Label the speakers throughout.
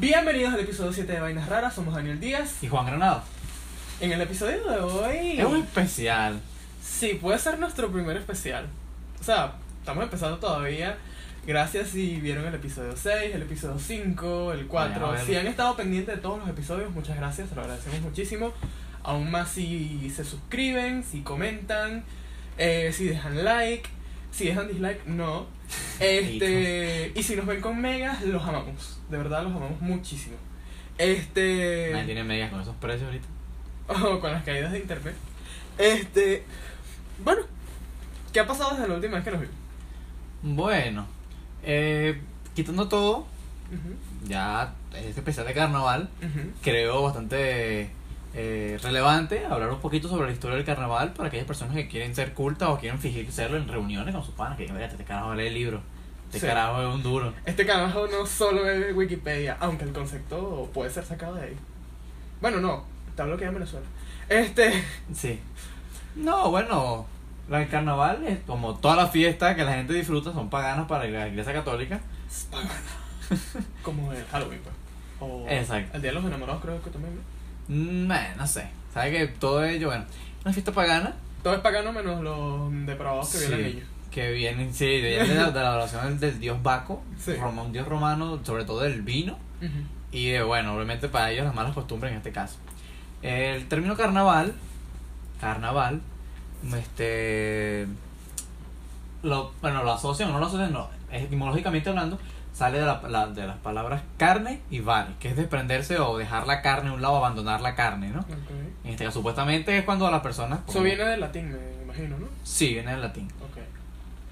Speaker 1: Bienvenidos al episodio 7 de Vainas Raras, somos Daniel Díaz.
Speaker 2: Y Juan Granado.
Speaker 1: En el episodio de hoy...
Speaker 2: Es un especial.
Speaker 1: Sí, puede ser nuestro primer especial. O sea, estamos empezando todavía. Gracias si vieron el episodio 6, el episodio 5, el 4.
Speaker 2: Vayan a
Speaker 1: si
Speaker 2: verlo.
Speaker 1: han estado pendientes de todos los episodios, muchas gracias, se lo agradecemos muchísimo. Aún más si se suscriben, si comentan, eh, si dejan like, si dejan dislike, no. Este, y si nos ven con megas, los amamos. De verdad, los amamos muchísimo. Este.
Speaker 2: Nadie tiene medias con esos precios ahorita.
Speaker 1: o Oh, con las caídas de internet. Este. Bueno, ¿qué ha pasado desde la última vez que los vi?
Speaker 2: Bueno, eh, quitando todo,
Speaker 1: Ujú,
Speaker 2: ya este especial de carnaval,
Speaker 1: ujú.
Speaker 2: creo bastante eh, relevante hablar un poquito sobre la historia del carnaval para aquellas personas que quieren ser cultas o quieren fingir serlo en reuniones con sus panas. Que digan, "Mira, este carajo lee el libro, este
Speaker 1: Sí.
Speaker 2: carajo es un duro.
Speaker 1: Este carajo no solo es Wikipedia, aunque el concepto puede ser sacado de ahí. Bueno, no, está bloqueado en Venezuela. Este.
Speaker 2: Sí. No, bueno, la del carnaval es como todas las fiestas que la gente disfruta, son paganas para la iglesia católica.
Speaker 1: Como el Halloween, pues. O
Speaker 2: Exacto.
Speaker 1: El Día de los Enamorados, creo que también. ¿no?
Speaker 2: Mm, eh, no sé. Sabes que todo ello, bueno, una fiesta pagana
Speaker 1: Todo es pagano menos los depravados que
Speaker 2: Sí.
Speaker 1: violan niños.
Speaker 2: que viene, sí, viene de la, de la adoración del dios Baco,
Speaker 1: Sí.
Speaker 2: Roma- un dios romano, sobre todo del vino,
Speaker 1: Ujú.
Speaker 2: y de, bueno, obviamente para ellos las malas costumbres en este caso. El término carnaval, carnaval, este, lo, bueno, lo asocian o no lo asocian, no, etimológicamente hablando, sale de, la- la- de las palabras carne y val, que es desprenderse o dejar la carne a un lado, abandonar la carne, ¿no?
Speaker 1: Ok.
Speaker 2: En este caso, supuestamente es cuando a las personas...
Speaker 1: Eso viene del latín, me imagino, ¿no?
Speaker 2: Sí, viene del latín.
Speaker 1: Ok.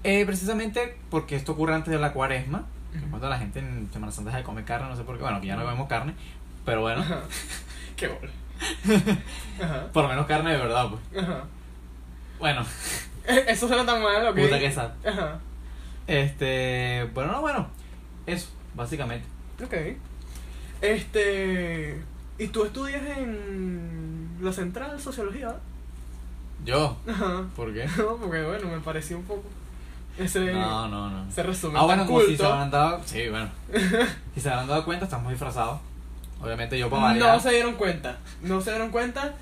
Speaker 2: Eh, precisamente porque esto ocurre antes de la cuaresma, que es
Speaker 1: Ujú.
Speaker 2: cuando la gente en Semana Santa deja de comer carne, no sé por qué, bueno, que ya no comemos carne, pero bueno,
Speaker 1: Ajá. Qué bola. Ajá.
Speaker 2: por lo menos carne de verdad, pues.
Speaker 1: Ajá.
Speaker 2: Bueno,
Speaker 1: Eh, Eso suena tan mal, ¿ok?
Speaker 2: puta que sad.
Speaker 1: Ajá.
Speaker 2: Este, bueno, no, bueno, eso, básicamente.
Speaker 1: Ok. Este. ¿Y tú estudias en la central sociología?
Speaker 2: Yo,
Speaker 1: Ajá.
Speaker 2: ¿por qué?
Speaker 1: No, porque bueno, me pareció un poco. Ese.
Speaker 2: No, no, no.
Speaker 1: Se resume.
Speaker 2: Ah, bueno,
Speaker 1: tan
Speaker 2: como si se
Speaker 1: culto.
Speaker 2: habrán dado, sí, bueno, si se habrán dado cuenta, estamos disfrazados. Obviamente yo para variar.
Speaker 1: No se dieron cuenta. No se dieron cuenta.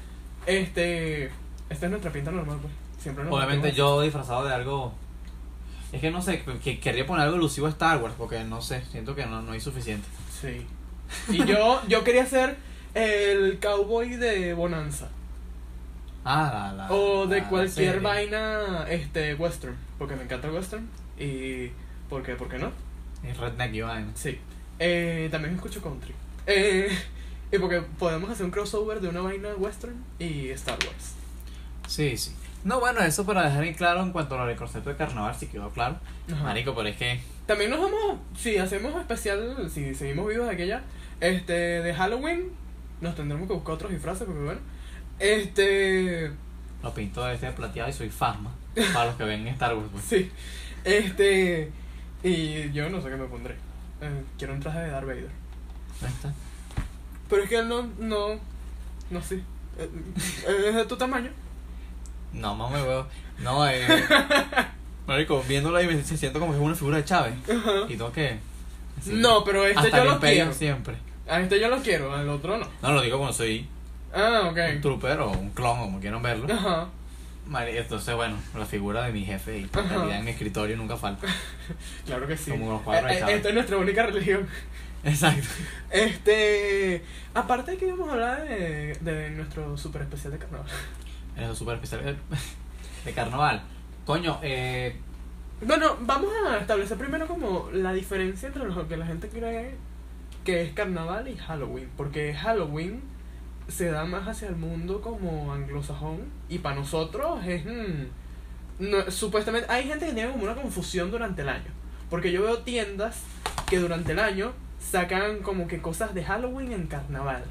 Speaker 1: Este. Esta es nuestra pinta normal, pues. Siempre nos
Speaker 2: Obviamente
Speaker 1: vestimos-
Speaker 2: yo disfrazado de algo. Es que no sé, que quería poner algo elusivo a Star Wars, porque no sé, siento que no, no hay suficiente.
Speaker 1: Sí. Y yo, yo quería ser el cowboy de Bonanza.
Speaker 2: Ah, la, la.
Speaker 1: O de
Speaker 2: la
Speaker 1: cualquier
Speaker 2: serie.
Speaker 1: vaina este western, porque me encanta el western y porque por qué no?
Speaker 2: Es redneck y vaina.
Speaker 1: Sí. Eh, también escucho country. Eh, y porque podemos hacer un crossover de una vaina western y Star Wars.
Speaker 2: Sí, sí. No, bueno, eso para dejar en claro en cuanto al concepto de carnaval, sí quedó claro.
Speaker 1: Ajá.
Speaker 2: Marico, pero es que.
Speaker 1: También nos vamos, si hacemos especial, si seguimos vivos de aquella, este, de Halloween, nos tendremos que buscar otros disfraces porque bueno, este,
Speaker 2: Lo pinto de este plateado y soy fasma. Para los que ven Star Wars, pues.
Speaker 1: sí, este, y yo no sé qué me pondré. Eh, quiero un traje de Darth Vader.
Speaker 2: Ahí está.
Speaker 1: Pero es que no, no, no sé. Eh, eh, Es de tu tamaño.
Speaker 2: No, mames, huevo. No, eh. Marico, viéndola y me se siento como que es una figura de Chávez. Y tengo que. así,
Speaker 1: No, pero este
Speaker 2: hasta
Speaker 1: yo
Speaker 2: el
Speaker 1: lo
Speaker 2: imperio
Speaker 1: quiero.
Speaker 2: siempre.
Speaker 1: A este yo lo quiero, al otro no.
Speaker 2: No, lo digo cuando soy
Speaker 1: Ah,
Speaker 2: un
Speaker 1: ok.
Speaker 2: trooper o un clon, o como quieran verlo.
Speaker 1: Ajá.
Speaker 2: Mari- Entonces, bueno, la figura de mi jefe y
Speaker 1: Ajá.
Speaker 2: la realidad en mi escritorio nunca falta.
Speaker 1: Claro que sí.
Speaker 2: Como los cuadros de
Speaker 1: Eh, eh,
Speaker 2: Chávez.
Speaker 1: Esta es nuestra única religión.
Speaker 2: Exacto.
Speaker 1: Este. Aparte de que íbamos a hablar de, de nuestro super especial de carnaval.
Speaker 2: Eso es súper especial. De carnaval. Coño, eh,
Speaker 1: Bueno, vamos a establecer primero como la diferencia entre lo que la gente cree que es carnaval y Halloween. Porque Halloween se da más hacia el mundo como anglosajón y para nosotros es... mm, no- supuestamente hay gente que tiene como una confusión durante el año. Porque yo veo tiendas que durante el año sacan como que cosas de Halloween en carnaval.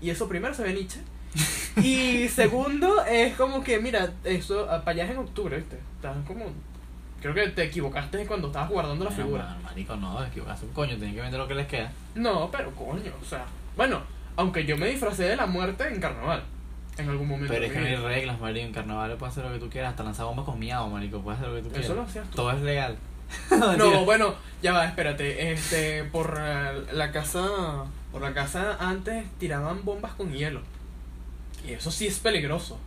Speaker 1: Y eso primero se ve Nietzsche. Y segundo, es como que, mira, eso ah, para allá es en octubre, ¿viste? Estás como. Creo que te equivocaste cuando estabas guardando la
Speaker 2: bueno,
Speaker 1: figura.
Speaker 2: ma- marico, no, equivocaste un coño, tienen que vender lo que les queda.
Speaker 1: No, pero coño, o sea. Bueno, aunque yo me disfracé de la muerte en carnaval. En algún momento.
Speaker 2: Pero es que no
Speaker 1: de mi
Speaker 2: hay
Speaker 1: vida.
Speaker 2: reglas, marico. En carnaval puedes hacer lo que tú quieras, hasta lanzar bombas con miau, marico, puedes hacer lo que tú quieras.
Speaker 1: Eso lo hacías tú.
Speaker 2: Todo es legal.
Speaker 1: No, bueno, ya va, espérate. Este, por eh, la casa, por la casa antes tiraban bombas con hielo. Y eso sí es peligroso.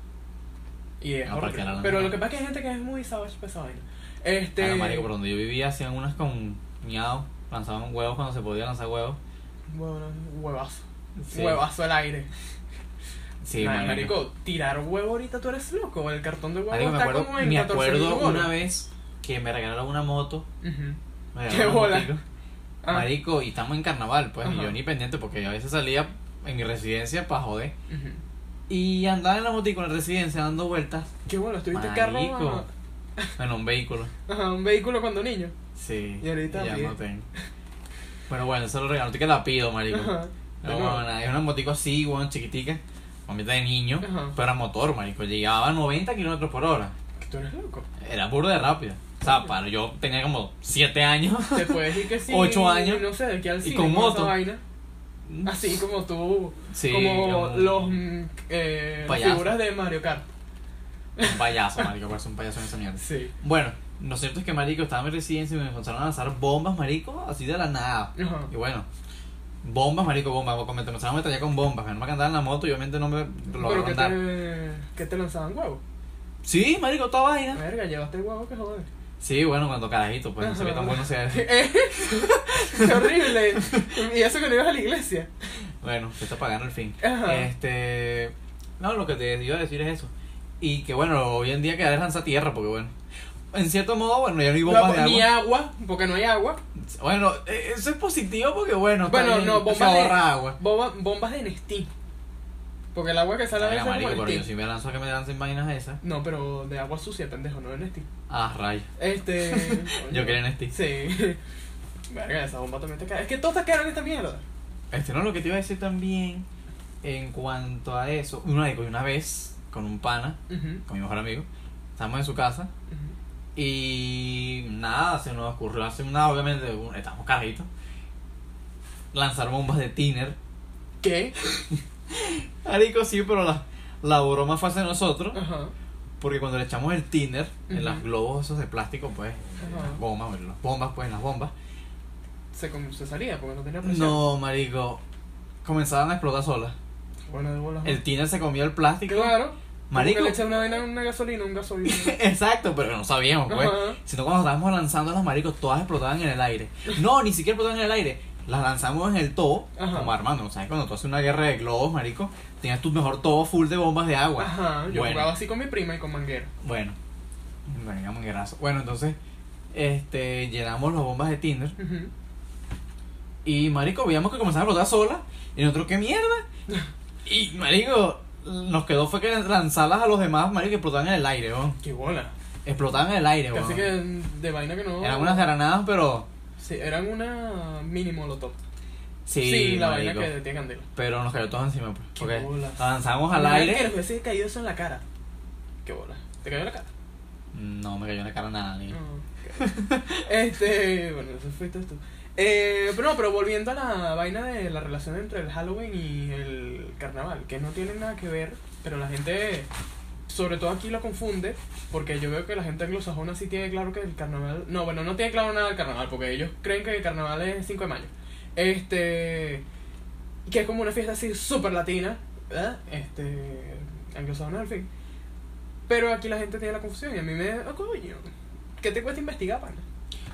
Speaker 1: Y es
Speaker 2: No,
Speaker 1: horrible.
Speaker 2: porque era Ah, la
Speaker 1: Pero
Speaker 2: mejor.
Speaker 1: lo que pasa es que hay gente que es muy savage para esa vaina. Este,
Speaker 2: Bueno, marico, por donde yo vivía hacían unas con miau, lanzaban huevos cuando se podía lanzar huevos.
Speaker 1: bueno, huevazo.
Speaker 2: Sí.
Speaker 1: Huevazo al aire.
Speaker 2: Sí,
Speaker 1: Nah,
Speaker 2: marico.
Speaker 1: marico, tirar huevo ahorita tú eres loco. El cartón de huevo
Speaker 2: Marico, me
Speaker 1: está
Speaker 2: acuerdo,
Speaker 1: como en
Speaker 2: me
Speaker 1: 14
Speaker 2: acuerdo
Speaker 1: mil bolos.
Speaker 2: una vez que me regalaron una moto.
Speaker 1: Ujú.
Speaker 2: me
Speaker 1: ¿Qué
Speaker 2: regalaron una
Speaker 1: bola?
Speaker 2: motico,
Speaker 1: Ah,
Speaker 2: Marico, y estamos en carnaval, pues, y
Speaker 1: Ajá.
Speaker 2: yo ni pendiente porque yo a veces salía en mi residencia para joder.
Speaker 1: ujú.
Speaker 2: Y andaba en la motico en la residencia dando vueltas
Speaker 1: Qué bueno, estuviste carro
Speaker 2: Marico. en un vehículo.
Speaker 1: a- a un vehículo cuando niño.
Speaker 2: Sí.
Speaker 1: Y ahorita
Speaker 2: ya
Speaker 1: pide.
Speaker 2: no tengo. Pero bueno, eso lo regalo, te que la pido, marico.
Speaker 1: Ajá.
Speaker 2: No,
Speaker 1: De nuevo.
Speaker 2: nada, es una motico así, weón, chiquitica. Mamita de niño,
Speaker 1: Ajá.
Speaker 2: pero era motor, marico. Llegaba a 90 kilómetros por hora.
Speaker 1: Que tú eres loco.
Speaker 2: Era burda de rápido. O sea, para, yo tenía como 7 años.
Speaker 1: Te puedes ir que sí.
Speaker 2: Ocho años.
Speaker 1: No sé, de aquí al
Speaker 2: Y
Speaker 1: cine.
Speaker 2: con
Speaker 1: esa
Speaker 2: moto.
Speaker 1: vaina. Así como tú.
Speaker 2: Sí,
Speaker 1: como
Speaker 2: era un-
Speaker 1: los. mm, eh, las
Speaker 2: Payaso.
Speaker 1: figuras de Mario Kart.
Speaker 2: Un payaso, marico, parece un payaso en esa mierda.
Speaker 1: Sí.
Speaker 2: Bueno, lo cierto es que, marico, estaba en mi residencia y me comenzaron a lanzar bombas, marico, así de la nada.
Speaker 1: Ajá.
Speaker 2: Y bueno, bombas, marico, bombas. como Me comenzaron a metrallar con bombas. Me no me andaba en la moto y obviamente no me
Speaker 1: Pero
Speaker 2: logró
Speaker 1: que
Speaker 2: andar.
Speaker 1: te, que te lanzaban huevo.
Speaker 2: Sí, marico, toda vaina.
Speaker 1: Verga, llevaste el huevo que joder.
Speaker 2: Sí, bueno, cuando carajito, pues no sé qué tan bueno sea.
Speaker 1: Eh, ¡Qué horrible! Y eso que no ibas a la iglesia.
Speaker 2: Bueno, se está pagando el fin.
Speaker 1: Ajá.
Speaker 2: Este. No, lo que te iba a decir es eso. Y que bueno, hoy en día queda lanza tierra, porque bueno. En cierto modo, bueno, ya no hay
Speaker 1: No,
Speaker 2: bombas de
Speaker 1: ni
Speaker 2: agua.
Speaker 1: agua, porque no hay agua.
Speaker 2: Bueno, eh, eso es positivo porque bueno, está
Speaker 1: Bueno,
Speaker 2: bien,
Speaker 1: no,
Speaker 2: se
Speaker 1: bombas de-
Speaker 2: ahorra agua.
Speaker 1: Bomba- bombas de Nestí. Porque el agua que sale a
Speaker 2: Mira,
Speaker 1: veces
Speaker 2: marico,
Speaker 1: es
Speaker 2: pero
Speaker 1: Nestí.
Speaker 2: yo si me lanzo a que me lancen vainas esas.
Speaker 1: No, pero de agua sucia, pendejo, no de Nestí.
Speaker 2: Ah, rayo.
Speaker 1: Este.
Speaker 2: Yo quería en este.
Speaker 1: Sí. Verga, esa bomba también te cae. Es que todos te quedaron en esta mierda.
Speaker 2: Este, no, lo que te iba a decir también en cuanto a eso. Una, una vez con un pana,
Speaker 1: Ujú,
Speaker 2: con mi mejor amigo, estábamos en su casa
Speaker 1: ujú.
Speaker 2: Y nada, se nos ocurrió hace nada, obviamente, un- estamos carritos. Lanzar bombas de tiner.
Speaker 1: ¿Qué?
Speaker 2: Arico sí, pero la, la broma fue hacia nosotros.
Speaker 1: Ajá.
Speaker 2: Porque cuando le echamos el tiner en los
Speaker 1: Ujú. Ah.
Speaker 2: globos esos de plástico, pues, en
Speaker 1: Ajá.
Speaker 2: las bombas, bueno, las bombas, pues, en las bombas.
Speaker 1: Se, com- se salía porque no tenía presión.
Speaker 2: No, marico, comenzaban a explotar solas.
Speaker 1: Bueno, de bolas.
Speaker 2: El tiner se comió el plástico.
Speaker 1: Claro.
Speaker 2: Marico.
Speaker 1: Porque le eché una vaina en una gasolina, un gasolina.
Speaker 2: Exacto, pero no sabíamos, pues.
Speaker 1: Ajá.
Speaker 2: Sino cuando estábamos lanzando las maricos, todas explotaban en el aire. No, ni siquiera explotaban en el aire. Las lanzamos en el todo,
Speaker 1: Ajá.
Speaker 2: como armando. ¿Sabes? Cuando tú haces una guerra de globos, marico, tienes tu mejor todo full de bombas de agua.
Speaker 1: Ajá. Yo
Speaker 2: bueno.
Speaker 1: jugaba así con mi prima y con manguera.
Speaker 2: Bueno, venga, manguerazo. Bueno, entonces, este, llenamos las bombas de Tinder.
Speaker 1: Ujú.
Speaker 2: Y, marico, veíamos que comenzaba a explotar sola. Y nosotros, ¿qué mierda? Y, marico, nos quedó fue que lanzarlas a los demás, marico, que explotaban en el aire, weón.
Speaker 1: Qué bola.
Speaker 2: Explotaban en el aire,
Speaker 1: Casi
Speaker 2: weón.
Speaker 1: que de vaina que no.
Speaker 2: Eran unas granadas, pero...
Speaker 1: Sí, eran una mini molotov.
Speaker 2: Sí,
Speaker 1: la vaina
Speaker 2: marico.
Speaker 1: que detía candela.
Speaker 2: Pero nos cayó todos encima, pues.
Speaker 1: Qué
Speaker 2: Porque
Speaker 1: bolas.
Speaker 2: lanzamos al
Speaker 1: Una vez Que
Speaker 2: aire.
Speaker 1: nos hubiese caído eso en la cara. Qué bola. ¿Te cayó en la cara?
Speaker 2: No me cayó en la cara nada, ni.
Speaker 1: Ah, ok. este, bueno, eso fuiste tú. Eh, pero no, pero volviendo a la vaina de la relación entre el Halloween y el carnaval, que no tienen nada que ver, pero la gente, sobre todo aquí, lo confunde, porque yo veo que la gente anglosajona sí tiene claro que el carnaval. No, bueno, no tiene claro nada del carnaval, porque ellos creen que el carnaval es 5 de mayo. Este. Que es como una fiesta así súper latina, ¿verdad? Este. Anglosajona al fin. Pero aquí la gente tiene la confusión y a mí me. ah, coño! ¿Qué te cuesta investigar, pana?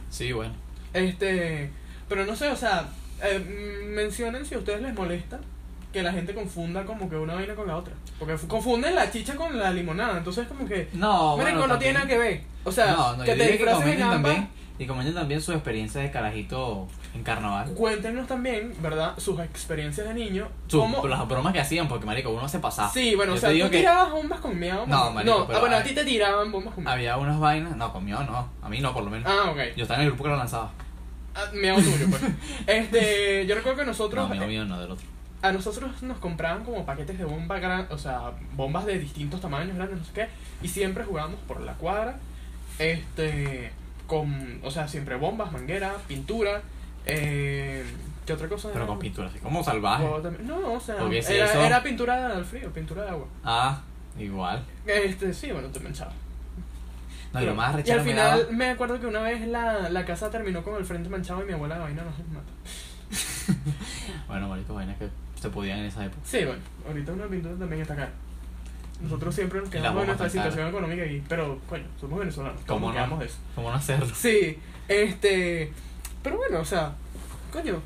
Speaker 2: Sí, bueno.
Speaker 1: Este. Pero no sé, o sea, eh, mencionen si a ustedes les molesta que la gente confunda como que una vaina con la otra. Porque f- confunden la chicha con la limonada, entonces como que.
Speaker 2: No,
Speaker 1: Marico,
Speaker 2: Ah, bueno,
Speaker 1: no tiene nada que ver. O sea,
Speaker 2: no, no,
Speaker 1: que
Speaker 2: yo
Speaker 1: te
Speaker 2: diría que
Speaker 1: disfracen en
Speaker 2: comenten
Speaker 1: ambas.
Speaker 2: también. Y comenten también su experiencia de carajito en carnaval.
Speaker 1: Cuéntenos también, ¿verdad? Sus experiencias de niño.
Speaker 2: Su-
Speaker 1: cómo-
Speaker 2: Las bromas que hacían, porque marico, uno se pasaba.
Speaker 1: Sí, bueno,
Speaker 2: Yo
Speaker 1: o sea,
Speaker 2: te
Speaker 1: tú
Speaker 2: digo que
Speaker 1: tirabas bombas con miau.
Speaker 2: No, marico,
Speaker 1: no.
Speaker 2: pero Ah,
Speaker 1: Ah, bueno, a
Speaker 2: hay-
Speaker 1: ti te tiraban bombas con miau.
Speaker 2: había unas vainas. No, conmigo no. A mí no, por lo menos.
Speaker 1: Ah, ok.
Speaker 2: Yo estaba en el grupo que lo lanzaba.
Speaker 1: Ah, miau tuyo, pues. Este, yo recuerdo que nosotros.
Speaker 2: No, mío, mío, no, del otro.
Speaker 1: A nosotros nos compraban como paquetes de bomba gran, o sea, bombas de distintos tamaños, grandes, no sé qué, y siempre jugábamos por la cuadra, este, con, o sea, siempre bombas, manguera, pintura, eh, ¿qué otra cosa?
Speaker 2: Pero
Speaker 1: era?
Speaker 2: con pintura, así como salvaje.
Speaker 1: O también- No, o sea,
Speaker 2: Porque si
Speaker 1: era,
Speaker 2: eso-
Speaker 1: era pintura al frío, pintura de agua.
Speaker 2: Ah, igual.
Speaker 1: Este, sí, bueno, te manchaba.
Speaker 2: No, y lo más
Speaker 1: y
Speaker 2: arrechero
Speaker 1: al
Speaker 2: me daba-
Speaker 1: final me acuerdo que una vez la, la casa terminó con el frente manchado y mi abuela vaina nos mata.
Speaker 2: Bueno, marico, vainas que se podían en esa época.
Speaker 1: Sí, bueno, ahorita una pintura también está acá. Nosotros siempre nos
Speaker 2: Y la
Speaker 1: quedamos en
Speaker 2: bomba
Speaker 1: nuestra
Speaker 2: está cara.
Speaker 1: situación económica aquí, pero coño, somos venezolanos.
Speaker 2: ¿Cómo
Speaker 1: nos
Speaker 2: no?
Speaker 1: quedamos de eso?
Speaker 2: ¿Cómo no hacerlo?
Speaker 1: Sí, este. Pero bueno, o sea, coño.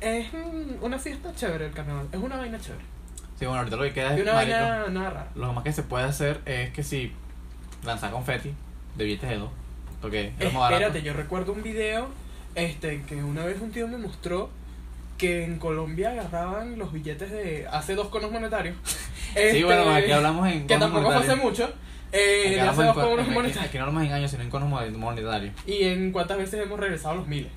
Speaker 1: Es un- una fiesta chévere el carnaval, es una vaina chévere.
Speaker 2: Sí, bueno, ahorita lo que queda
Speaker 1: Y
Speaker 2: es,
Speaker 1: una
Speaker 2: marico,
Speaker 1: vaina nada rara.
Speaker 2: lo más que se puede hacer es que si lanzar confeti de billetes de dos, porque es lo más barato.
Speaker 1: Espérate, yo recuerdo un video este que una vez un tío me mostró que en Colombia agarraban los billetes de hace dos conos monetarios.
Speaker 2: Sí,
Speaker 1: Este,
Speaker 2: bueno, aquí hablamos en
Speaker 1: Que
Speaker 2: conos
Speaker 1: tampoco fue hace
Speaker 2: monetarios.
Speaker 1: mucho. Eh,
Speaker 2: Aquí
Speaker 1: de
Speaker 2: hablamos
Speaker 1: hace
Speaker 2: en
Speaker 1: dos
Speaker 2: co-
Speaker 1: conos
Speaker 2: en-
Speaker 1: monetarios.
Speaker 2: Aquí no nos engaños, sino en conos monet- monetarios.
Speaker 1: ¿Y en cuántas veces hemos regresado a los miles?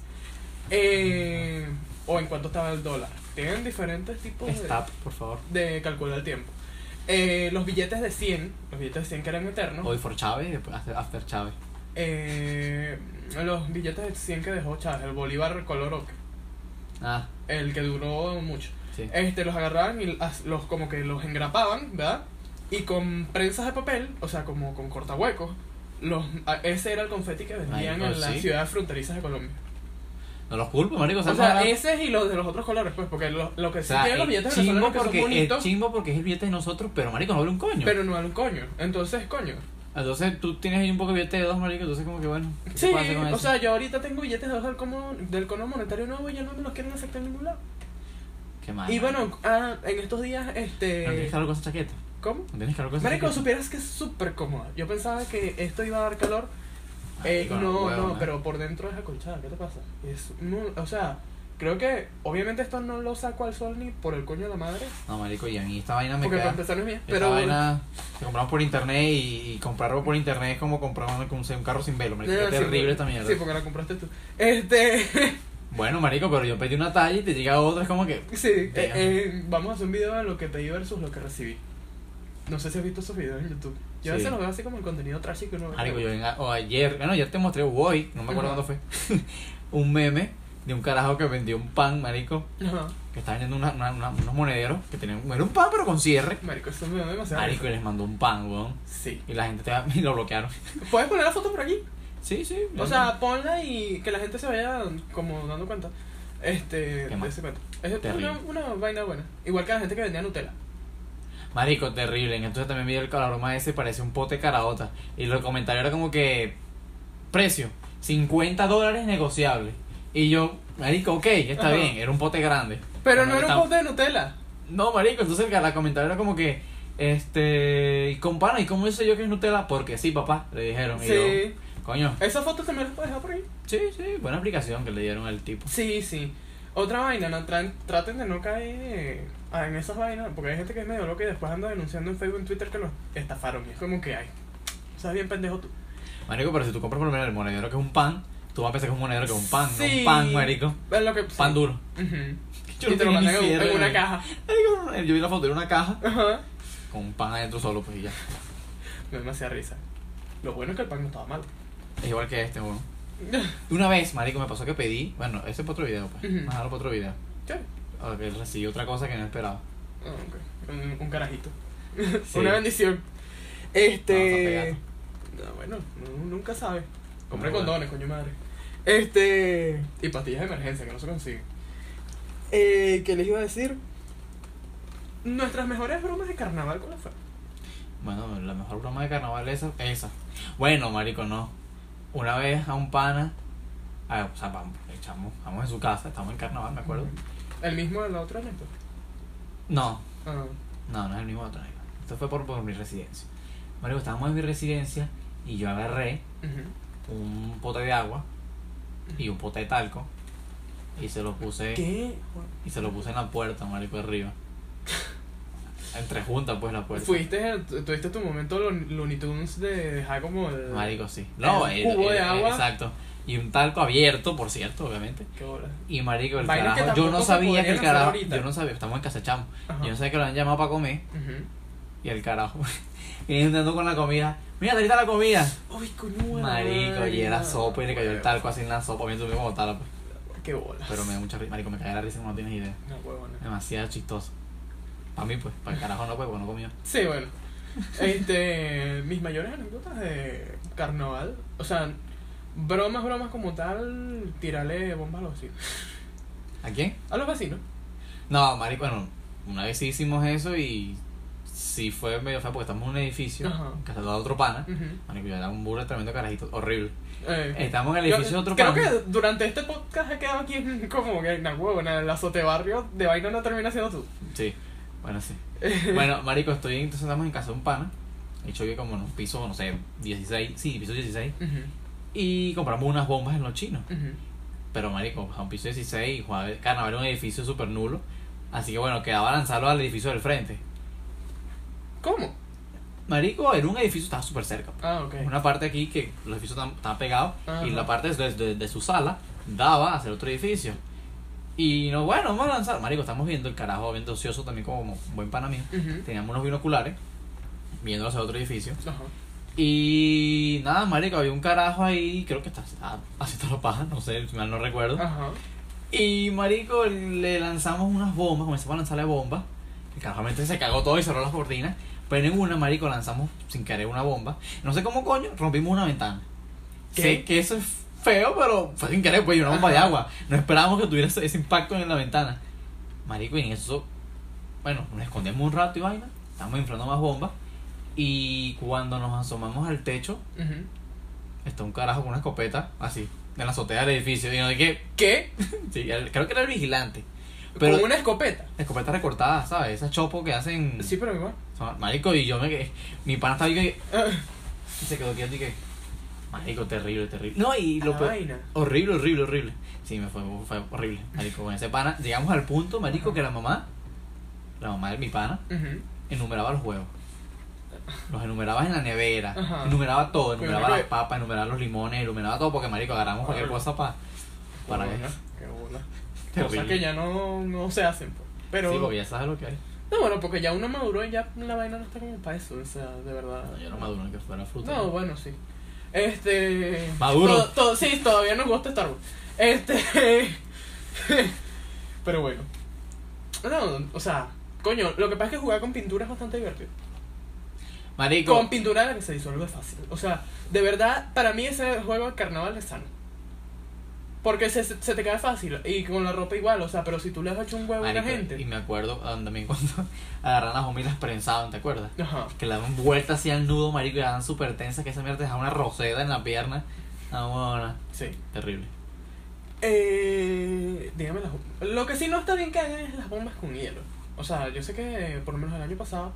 Speaker 1: Eh, ¿O en cuánto estaba el dólar? Tienen diferentes tipos de-
Speaker 2: Stop, por favor.
Speaker 1: de, calcular el tiempo. Eh, los billetes de 100, los billetes de 100 que eran
Speaker 2: Hoy
Speaker 1: eternos.
Speaker 2: for Chávez y después after- after Chávez.
Speaker 1: eh, los billetes de 100 que dejó Chávez, el Bolívar color ocre,
Speaker 2: Ah,
Speaker 1: el que duró mucho.
Speaker 2: sí.
Speaker 1: Este, los agarraban y as- los como que los engrapaban, ¿verdad? Y con prensas de papel, o sea, como con cortahuecos, los, a- ese era el confeti que vendían
Speaker 2: Marico,
Speaker 1: en las
Speaker 2: sí.
Speaker 1: ciudades fronterizas de Colombia.
Speaker 2: No los culpo, marico.
Speaker 1: O sea, ese y los de los otros colores, pues, porque lo, lo que
Speaker 2: O
Speaker 1: sí
Speaker 2: sea,
Speaker 1: tienen los
Speaker 2: es
Speaker 1: billetes
Speaker 2: chimbo,
Speaker 1: venezolanos que son
Speaker 2: porque, es
Speaker 1: bonitos,
Speaker 2: chimbo porque es el billete de nosotros, pero marico, no vale un coño.
Speaker 1: pero no al coño. Entonces, coño.
Speaker 2: Entonces tú tienes ahí un poco de billete de dos, marico, entonces como que bueno. ¿qué se
Speaker 1: Sí,
Speaker 2: puede hacer con
Speaker 1: o
Speaker 2: eso?
Speaker 1: sea, yo ahorita tengo billetes de dos del cono, del cono monetario nuevo y ya no me los quieren aceptar en ningún lado.
Speaker 2: Qué mal.
Speaker 1: y bueno,
Speaker 2: marico.
Speaker 1: ah, en estos días,
Speaker 2: No tienes
Speaker 1: este...
Speaker 2: que hablar con esa chaqueta.
Speaker 1: ¿Cómo?
Speaker 2: No tienes que hablar con esa
Speaker 1: Marico,
Speaker 2: chaqueta.
Speaker 1: supieras que es súper cómoda. Yo pensaba que esto iba a dar calor. Eh,
Speaker 2: Marico,
Speaker 1: no,
Speaker 2: huevón,
Speaker 1: no,
Speaker 2: eh.
Speaker 1: pero por dentro es acolchada. ¿Qué te pasa? Es, mu- o sea, creo que obviamente esto no lo saco al sol ni por el coño de la madre.
Speaker 2: No, marico, y a mí esta vaina Ah, me
Speaker 1: Porque para
Speaker 2: queda.
Speaker 1: empezar no es mía.
Speaker 2: Esta
Speaker 1: Pero
Speaker 2: vaina que compramos por internet y, y comprarlo por internet es como comprar un, un- un carro sin velo, marico.
Speaker 1: No,
Speaker 2: Qué
Speaker 1: sí,
Speaker 2: terrible
Speaker 1: porque-
Speaker 2: esta mierda.
Speaker 1: Sí, porque la compraste tú. Este.
Speaker 2: Bueno, marico, pero yo pedí una talla y te llega otra, es como que.
Speaker 1: sí, eh,
Speaker 2: Damn.
Speaker 1: eh, vamos a hacer un video de lo que pedí versus lo que recibí. No sé si has visto esos videos en YouTube. Yo a
Speaker 2: Sí.
Speaker 1: veces los veo así como el contenido trashy que uno ve.
Speaker 2: Marico, yo venga, o ayer, bueno, ayer te mostré, o hoy, no me acuerdo
Speaker 1: Ajá.
Speaker 2: cuándo fue, un meme de un carajo que vendió un pan, marico,
Speaker 1: Ajá.
Speaker 2: que estaba vendiendo una- una- una- unos monederos que tenían. Era un pan, pero con cierre.
Speaker 1: Marico, eso me da demasiado.
Speaker 2: Marico, y les mandó un pan, weón.
Speaker 1: Sí.
Speaker 2: Y la gente te, y lo bloquearon.
Speaker 1: ¿Puedes poner la foto por aquí?
Speaker 2: Sí, sí.
Speaker 1: O sea, ponla y que la gente se vaya como dando cuenta. Este,
Speaker 2: Qué mal.
Speaker 1: de ese cuento. Es
Speaker 2: Terrible.
Speaker 1: una, una vaina buena. Igual que la gente que vendía Nutella.
Speaker 2: Marico, terrible. Entonces también vi el calaroma ese, parece un pote de caraota. Y los comentarios era como que. Precio: 50 dólares negociable. Y yo, Marico, ok, está
Speaker 1: Ajá.
Speaker 2: bien, era un pote grande.
Speaker 1: Pero no
Speaker 2: que
Speaker 1: era un
Speaker 2: tam-
Speaker 1: pote de Nutella.
Speaker 2: No, Marico, entonces el, la comentario era como que. Este. Y compana, ¿y cómo hice yo que es Nutella? Porque sí, papá, le dijeron. Y
Speaker 1: Sí.
Speaker 2: yo, coño.
Speaker 1: Esa foto también la puedes dejar por ahí.
Speaker 2: Sí, sí, buena aplicación que le dieron al tipo.
Speaker 1: Sí, sí. Otra vaina, no Tran- traten de no caer ah, en esas vainas, porque hay gente que es medio loca y después anda denunciando en Facebook y en Twitter que los estafaron. Y es como que hay. O sea, bien pendejo tú.
Speaker 2: Marico, pero si tú compras por lo menos el monedero que es un pan, tú vas a pensar que es un monedero que es un pan, no
Speaker 1: Sí.
Speaker 2: un pan, Marico.
Speaker 1: Es lo que,
Speaker 2: Pan
Speaker 1: sí.
Speaker 2: duro.
Speaker 1: Ujú.
Speaker 2: Yo
Speaker 1: y
Speaker 2: no
Speaker 1: te lo
Speaker 2: tenía ni
Speaker 1: mandan en,
Speaker 2: cierre,
Speaker 1: en una
Speaker 2: marico.
Speaker 1: caja.
Speaker 2: Marico, Eh, Yo vi la foto, era una caja
Speaker 1: Ajá.
Speaker 2: con un pan adentro solo, pues y ya.
Speaker 1: Me da demasiada risa. Lo bueno es que el pan no estaba mal.
Speaker 2: Es igual que este, weón. Una vez, marico, me pasó que pedí. Bueno, ese es para otro video, pues.
Speaker 1: Ujú.
Speaker 2: Más para otro video.
Speaker 1: Chévere.
Speaker 2: A ver, recibí otra cosa que no esperaba.
Speaker 1: Ah, ok. un, un carajito.
Speaker 2: Sí.
Speaker 1: Una bendición.
Speaker 2: No,
Speaker 1: Este.
Speaker 2: está
Speaker 1: No, bueno, uno nunca sabe. Compré
Speaker 2: Muy bueno.
Speaker 1: condones, coño madre. Este. Y pastillas de emergencia que no se consiguen. Eh, ¿Qué les iba a decir? Nuestras mejores bromas de carnaval, ¿cuál fue?
Speaker 2: Bueno, la mejor broma de carnaval es esa. esa. Bueno, marico, no. Una vez a un pana. A, o sea, vamos, echamos, vamos en su casa, estamos en carnaval, me acuerdo.
Speaker 1: Mm. ¿El mismo de la otra neta?
Speaker 2: No,
Speaker 1: Ah,
Speaker 2: No, no es el mismo otro. amigo. Esto fue por, por mi residencia. Marico, estábamos en mi residencia y yo agarré
Speaker 1: ujú.
Speaker 2: un pote de agua y un pote de talco y se lo puse
Speaker 1: ¿Qué?
Speaker 2: y se lo puse en la puerta, marico, arriba. Entre juntas pues la puerta.
Speaker 1: Fuiste, eh, tuviste tu momento Lon- Looney Tunes de dejar como el.
Speaker 2: Marico, sí. No,
Speaker 1: El
Speaker 2: eh,
Speaker 1: cubo
Speaker 2: eh,
Speaker 1: de
Speaker 2: eh,
Speaker 1: agua.
Speaker 2: Exacto. Y un talco abierto, por cierto, obviamente.
Speaker 1: Qué bola.
Speaker 2: Y marico, el
Speaker 1: Vainas que
Speaker 2: carajo, yo
Speaker 1: tampoco
Speaker 2: no
Speaker 1: se
Speaker 2: sabía que
Speaker 1: podrían
Speaker 2: el
Speaker 1: hacer
Speaker 2: carajo,
Speaker 1: ahorita.
Speaker 2: yo no sabía, estamos en casa de chamo.
Speaker 1: Ajá.
Speaker 2: Yo no sabía que lo habían llamado para comer
Speaker 1: Ujú.
Speaker 2: y el carajo viene andando con la comida. Mira, ahorita la comida.
Speaker 1: Uy, coño.
Speaker 2: Marico, y era
Speaker 1: madre.
Speaker 2: sopa y le cayó el talco así en la sopa, viendo como tal, pues.
Speaker 1: Qué bola.
Speaker 2: Pero me da mucha risa, marico, me caía la risa como no tienes idea.
Speaker 1: No, huevona.
Speaker 2: Demasiado chistoso. Para mí, pues, para el carajo no, pues, porque no comió.
Speaker 1: Sí, bueno. Este, mis mayores anécdotas de carnaval, o sea, bromas, bromas como tal, tirarle bombas a los vecinos.
Speaker 2: ¿A quién?
Speaker 1: A los vecinos.
Speaker 2: No, marico, bueno, una vez sí hicimos eso y sí fue medio feo porque estamos en un edificio,
Speaker 1: Ajá.
Speaker 2: que está otro pana.
Speaker 1: Ujú.
Speaker 2: Marico, yo era un burro de tremendo carajito, horrible.
Speaker 1: Eh,
Speaker 2: Estamos en el
Speaker 1: yo-
Speaker 2: edificio de otro
Speaker 1: creo
Speaker 2: pana.
Speaker 1: que durante este podcast ha quedado aquí como que en la huevona, en el azote barrio de vaina no termina siendo tú.
Speaker 2: Sí, bueno, sí. Bueno, marico, estoy entonces estamos en casa de un pana. De hecho, que como en un piso, no sé, 16, sí, piso 16.
Speaker 1: Ujú,
Speaker 2: Y compramos unas bombas en los chinos.
Speaker 1: ujú.
Speaker 2: Pero, marico, a un piso 16 y jugaba carnaval era un edificio súper nulo. Así que, bueno, quedaba lanzarlo al edificio del frente.
Speaker 1: ¿Cómo?
Speaker 2: Marico, era un edificio, estaba súper cerca. pues.
Speaker 1: Ah, ok.
Speaker 2: Una parte aquí que los edificios estaban estaban pegados
Speaker 1: Ajá.
Speaker 2: y la parte de, de- de su sala daba hacia el otro edificio. Y no, bueno, vamos a lanzar. Marico, estamos viendo el carajo, viendo ocioso también como un buen pana mío.
Speaker 1: Ujú.
Speaker 2: Teníamos unos binoculares viendo hacia otro edificio.
Speaker 1: Ajá.
Speaker 2: Y nada, marico, había un carajo ahí, creo que está está haciendo la paja, no sé, si mal no recuerdo.
Speaker 1: Ajá.
Speaker 2: Y marico, le lanzamos unas bombas, comenzamos a lanzarle bombas. El carajo obviamente se cagó todo y cerró las cortinas. Pero en una, marico, lanzamos sin querer una bomba. No sé cómo coño, rompimos una ventana.
Speaker 1: ¿Qué?
Speaker 2: Sé que eso es feo, pero fue sin querer, pues, y una bomba de
Speaker 1: Ajá.
Speaker 2: agua. No esperábamos que tuviera ese, ese impacto en la ventana. Marico, y en eso, bueno, nos escondemos un rato y vaina. Estamos inflando más bombas. Y cuando nos asomamos al techo,
Speaker 1: Ujú.
Speaker 2: está un carajo con una escopeta, así, en la azotea del edificio. Y no de qué.
Speaker 1: ¿Qué?
Speaker 2: Sí, el- creo que era el vigilante. Pero
Speaker 1: ¿Con una escopeta?
Speaker 2: escopeta recortada, ¿sabes? Esas chopos que hacen.
Speaker 1: Sí, pero igual.
Speaker 2: son- Marico, y yo me quedé. Mi pana estaba ahí que. y se quedó quieto y que. Marico, terrible, terrible. No, y lo
Speaker 1: La
Speaker 2: peor.
Speaker 1: Ah, vaina.
Speaker 2: Horrible, horrible, horrible. Sí, me fue, fue horrible. Marico, con ese pana. Llegamos al punto, Marico,
Speaker 1: Ajá.
Speaker 2: que la mamá. La mamá de mi pana
Speaker 1: Ujú.
Speaker 2: enumeraba los huevos. Los enumeraba en la nevera,
Speaker 1: Ajá.
Speaker 2: enumeraba todo,
Speaker 1: Pero
Speaker 2: enumeraba
Speaker 1: creo
Speaker 2: las
Speaker 1: que-
Speaker 2: papas, enumeraba los limones, enumeraba todo, porque marico, agarramos cualquier
Speaker 1: Horrible.
Speaker 2: cosa pa- para
Speaker 1: Qué
Speaker 2: que.
Speaker 1: bola, Qué bola.
Speaker 2: Terrible.
Speaker 1: Cosas que ya no, no se hacen, pues. Pero.
Speaker 2: Sí, porque ya sabes lo que hay.
Speaker 1: No, bueno, porque ya uno maduró y ya la vaina no está como para eso, o sea, de verdad.
Speaker 2: No, yo no maduro en que fuera fruta.
Speaker 1: No, bueno, sí. Este.
Speaker 2: Maduro.
Speaker 1: to- to- sí, todavía nos gusta Star Wars. Este. Pero bueno. No, o sea, coño, lo que pasa es que jugar con pintura es bastante divertido.
Speaker 2: Marico,
Speaker 1: Con pintura la que se disuelve fácil. O sea, de verdad, para mí ese juego de carnaval es sano. Porque se, se te cae fácil. Y con la ropa igual, o sea, pero si tú le has hecho un huevo a
Speaker 2: marico,
Speaker 1: la gente.
Speaker 2: y me acuerdo ah, también cuando agarran las homilas prensaban, ¿te acuerdas?
Speaker 1: Ajá.
Speaker 2: Que le daban vuelta así al nudo, marico, y la dan súper tensa, que esa mierda te dejaba una roseta en la pierna. Ah, bueno,
Speaker 1: Sí.
Speaker 2: terrible.
Speaker 1: Eh, dígame las bom- Lo que sí no está bien que hagan es las bombas con hielo. O sea, yo sé que eh, por lo menos el año pasado.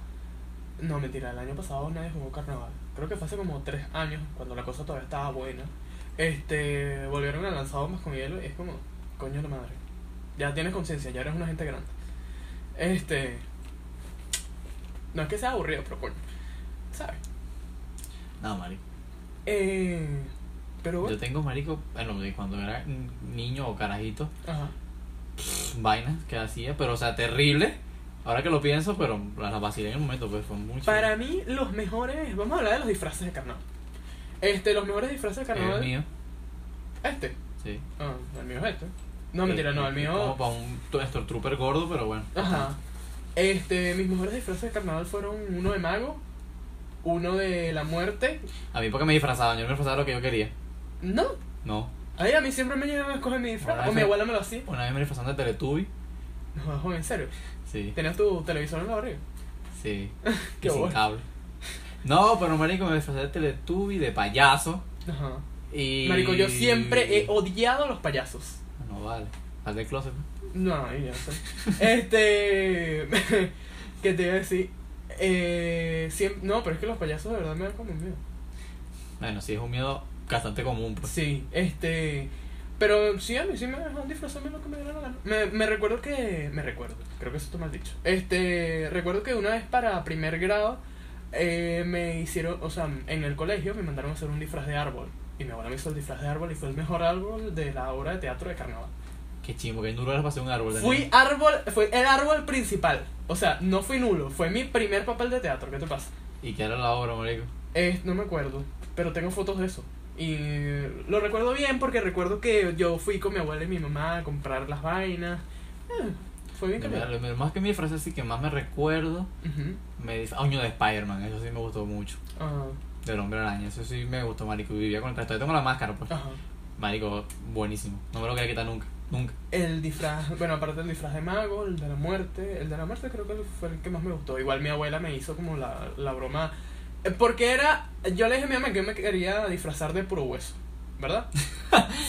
Speaker 1: No, mentira, el año pasado nadie jugó carnaval. Creo que fue hace como tres años, cuando la cosa todavía estaba buena. Este, volvieron a lanzar bombas con hielo y es como, coño de la madre. Ya tienes conciencia, ya eres una gente grande. Este. No es que sea aburrido, pero coño. ¿Sabes?
Speaker 2: No, marico.
Speaker 1: Eh, pero
Speaker 2: Yo
Speaker 1: bueno.
Speaker 2: tengo, marico, bueno, de cuando era niño o carajito,
Speaker 1: Ajá.
Speaker 2: vainas que hacía, pero o sea, terrible. Ahora que lo pienso, pero las vacilé en el momento, pues fue mucho.
Speaker 1: Para mí, los mejores. Vamos a hablar de los disfraces de carnaval. Este, los mejores disfraces de carnaval.
Speaker 2: el mío,
Speaker 1: Este.
Speaker 2: sí.
Speaker 1: Ah, el mío es este. No, mentira, no, el
Speaker 2: Como
Speaker 1: mío.
Speaker 2: para un Stormtrooper gordo, pero bueno.
Speaker 1: Ajá. Este, mis mejores disfraces de carnaval fueron uno de mago, uno de la muerte.
Speaker 2: A mí porque me disfrazaban, yo me disfrazaba lo que yo quería.
Speaker 1: No.
Speaker 2: No,
Speaker 1: Ay, a mí siempre me llegan a escoger mi disfraz.
Speaker 2: Ahora
Speaker 1: O mi
Speaker 2: ese-
Speaker 1: abuela me lo hacía.
Speaker 2: una vez me disfrazaron de Teletubby.
Speaker 1: No, joven, en serio.
Speaker 2: Sí,
Speaker 1: Tenías tu televisor en la barriga.
Speaker 2: sí.
Speaker 1: Qué
Speaker 2: y sin
Speaker 1: bueno.
Speaker 2: cable. No, pero marico, me disfrazé de Teletubby, de payaso.
Speaker 1: Ajá.
Speaker 2: Y. Ah,
Speaker 1: Marico, yo siempre he odiado a los payasos.
Speaker 2: No vale. Sal del closet. ¿no?
Speaker 1: No, ya sé. Este. ¿Qué te iba a decir? Eh, siem- no, pero es que los payasos de verdad me dan como miedo.
Speaker 2: Bueno, sí, es un miedo bastante común, pues.
Speaker 1: Sí, este. Pero sí, a mí sí me dejaron disfrazarme lo que me dieron la gana. Me, me recuerdo que. Me recuerdo, creo que eso está mal dicho. Este. Recuerdo que una vez para primer grado eh, me hicieron. O sea, en el colegio me mandaron a hacer un disfraz de árbol. Y mi abuela me hizo el disfraz de árbol y fue el mejor árbol de la obra de teatro de carnaval.
Speaker 2: Qué chingo, que duro era pasé un árbol. Daniel.
Speaker 1: Fui árbol, fue el árbol principal. O sea, no fui nulo, fue mi primer papel de teatro. ¿Qué te pasa?
Speaker 2: ¿Y qué era la obra, marico?
Speaker 1: Eh, no me acuerdo, pero tengo fotos de eso. Y lo recuerdo bien porque recuerdo que yo fui con mi abuela y mi mamá a comprar las vainas. Eh, Fue bien cambiado.
Speaker 2: Lo lo más que me disfrazé así que más me recuerdo,
Speaker 1: Ujú. Ah,
Speaker 2: me disfrazé. Año de Spider-Man, eso sí me gustó mucho.
Speaker 1: Ajá.
Speaker 2: Del hombre araña, eso sí me gustó, marico. Vivía con el traje. Todavía tengo la máscara, pues.
Speaker 1: Ajá.
Speaker 2: Marico, buenísimo. No me lo quería quitar nunca. Nunca.
Speaker 1: El disfraz, bueno, aparte del disfraz de mago, el de la muerte, el de la muerte creo que fue el que más me gustó. Igual mi abuela me hizo como la, la broma. eh, Porque era, yo le dije a mi mamá que yo me quería disfrazar de puro hueso, ¿verdad?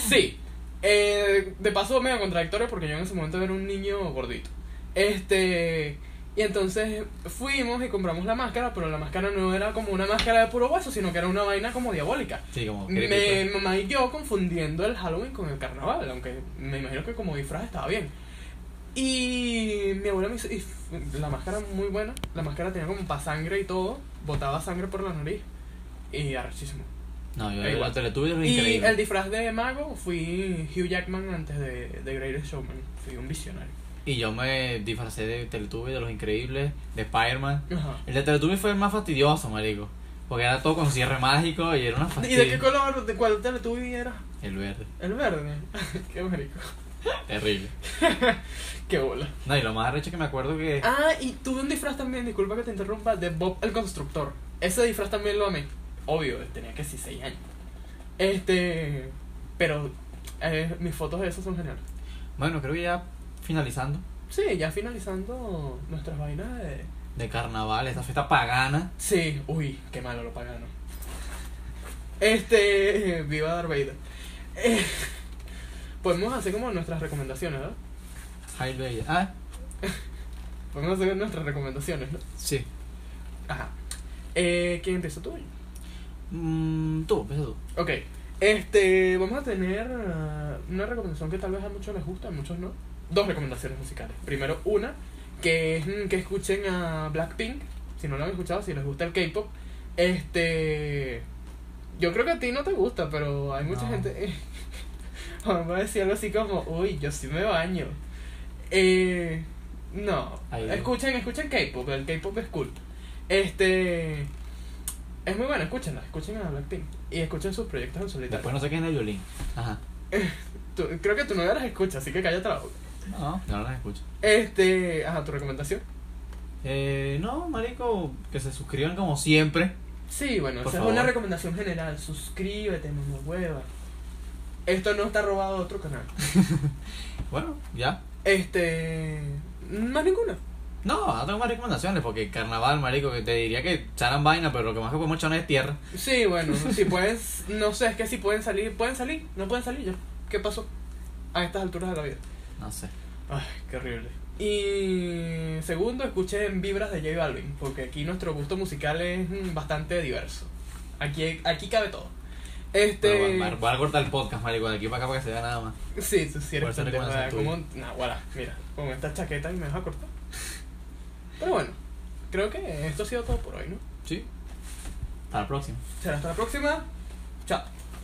Speaker 1: sí. Eh, de paso medio contradictorio porque yo en ese momento era un niño gordito. Este, y entonces fuimos y compramos la máscara, pero la máscara no era como una máscara de puro hueso, sino que era una vaina como diabólica.
Speaker 2: Sí, como creepy,
Speaker 1: Me,
Speaker 2: pues.
Speaker 1: mamá y yo confundiendo el Halloween con el carnaval, aunque me imagino que como disfraz estaba bien. Y mi abuela me hizo y f- la máscara muy buena, la máscara tenía como pa' sangre y todo, botaba sangre por la nariz y arrechísimo.
Speaker 2: No, yo
Speaker 1: Da igual.
Speaker 2: el Teletubbies era
Speaker 1: Y
Speaker 2: increíble.
Speaker 1: el disfraz de mago fui Hugh Jackman antes de, de Greatest Showman, fui un visionario.
Speaker 2: Y yo me disfracé de Teletubbies, de Los Increíbles, de Spider-Man.
Speaker 1: Ajá.
Speaker 2: El de Teletubbies fue el más fastidioso, marico. Porque era todo con cierre mágico y era una
Speaker 1: ¿Y
Speaker 2: fastidio.
Speaker 1: de qué color, de cuál tele tú vieras?
Speaker 2: El verde.
Speaker 1: El verde. qué marico.
Speaker 2: Terrible.
Speaker 1: Qué bola.
Speaker 2: No, y lo más arrecho que me acuerdo que...
Speaker 1: Ah, y tuve un disfraz también, disculpa que te interrumpa, de Bob el Constructor. Ese disfraz también lo amé. Obvio, tenía que sí, 6 años. Este. Pero eh, mis fotos de esos son geniales.
Speaker 2: Bueno, creo que ya finalizando.
Speaker 1: Sí, ya finalizando nuestras vainas de.
Speaker 2: De carnaval, esa fiesta pagana.
Speaker 1: Sí, uy, qué malo lo pagano. Este. Viva Darth Vader. Eh, podemos hacer como nuestras recomendaciones, ¿verdad?
Speaker 2: Ay, bella. Ah,
Speaker 1: Podemos hacer nuestras recomendaciones, ¿no?
Speaker 2: sí.
Speaker 1: Ajá. Eh, ¿Quién empieza tú?
Speaker 2: Mm, tú, empieza tú.
Speaker 1: Ok, este, vamos a tener ah, una recomendación que tal vez a muchos les gusta, a muchos no. Dos recomendaciones musicales. Primero, una, que es mm, que escuchen a Blackpink, si no lo han escuchado, si les gusta el K-pop. Este, yo creo que a ti no te gusta, pero hay mucha
Speaker 2: No.
Speaker 1: gente. eh, vamos a decir algo así como, uy, yo sí me baño. Eh, no,
Speaker 2: Ahí va.
Speaker 1: escuchen, escuchen K-pop, el K-pop es cool. Este. Es muy bueno, escúchenla, escuchen a Blackpink y escuchen sus proyectos en solitario.
Speaker 2: Después no sé quién es el violín. Ajá.
Speaker 1: Tú- creo que tú no las escuchas, así que cállate la boca.
Speaker 2: No, no las escucho.
Speaker 1: Este, ajá, tu recomendación.
Speaker 2: Eh, no, marico, que se suscriban como siempre.
Speaker 1: Sí, bueno,
Speaker 2: Por
Speaker 1: esa
Speaker 2: favor.
Speaker 1: es una recomendación general. Suscríbete, mamá hueva. Esto no está robado a otro canal.
Speaker 2: Bueno, ya.
Speaker 1: Este, más ninguna.
Speaker 2: No, no tengo más recomendaciones porque carnaval, marico, que te diría que charan vaina, pero lo que más que podemos echar es tierra.
Speaker 1: Sí, bueno, si puedes, no sé, es que si pueden salir, pueden salir, no pueden salir ya. ¿Qué pasó? A estas alturas de la vida.
Speaker 2: No sé.
Speaker 1: Ay, qué horrible. Y segundo, escuchen Vibras de J Balvin, porque aquí nuestro gusto musical es mm, bastante diverso. Aquí, aquí cabe todo. Este.
Speaker 2: Bueno, voy, a, voy a cortar el podcast, marico, de aquí para acá para que se vea nada más.
Speaker 1: sí, tú sí
Speaker 2: Por
Speaker 1: eres pendejo,
Speaker 2: esa
Speaker 1: ¿verdad?
Speaker 2: recomendación
Speaker 1: Como- nah, guará, mira, con esta chaqueta y me vas a cortar. Pero bueno, creo que esto ha sido todo por hoy, ¿no?
Speaker 2: Sí. Hasta la próxima.
Speaker 1: Será hasta la próxima. Chao.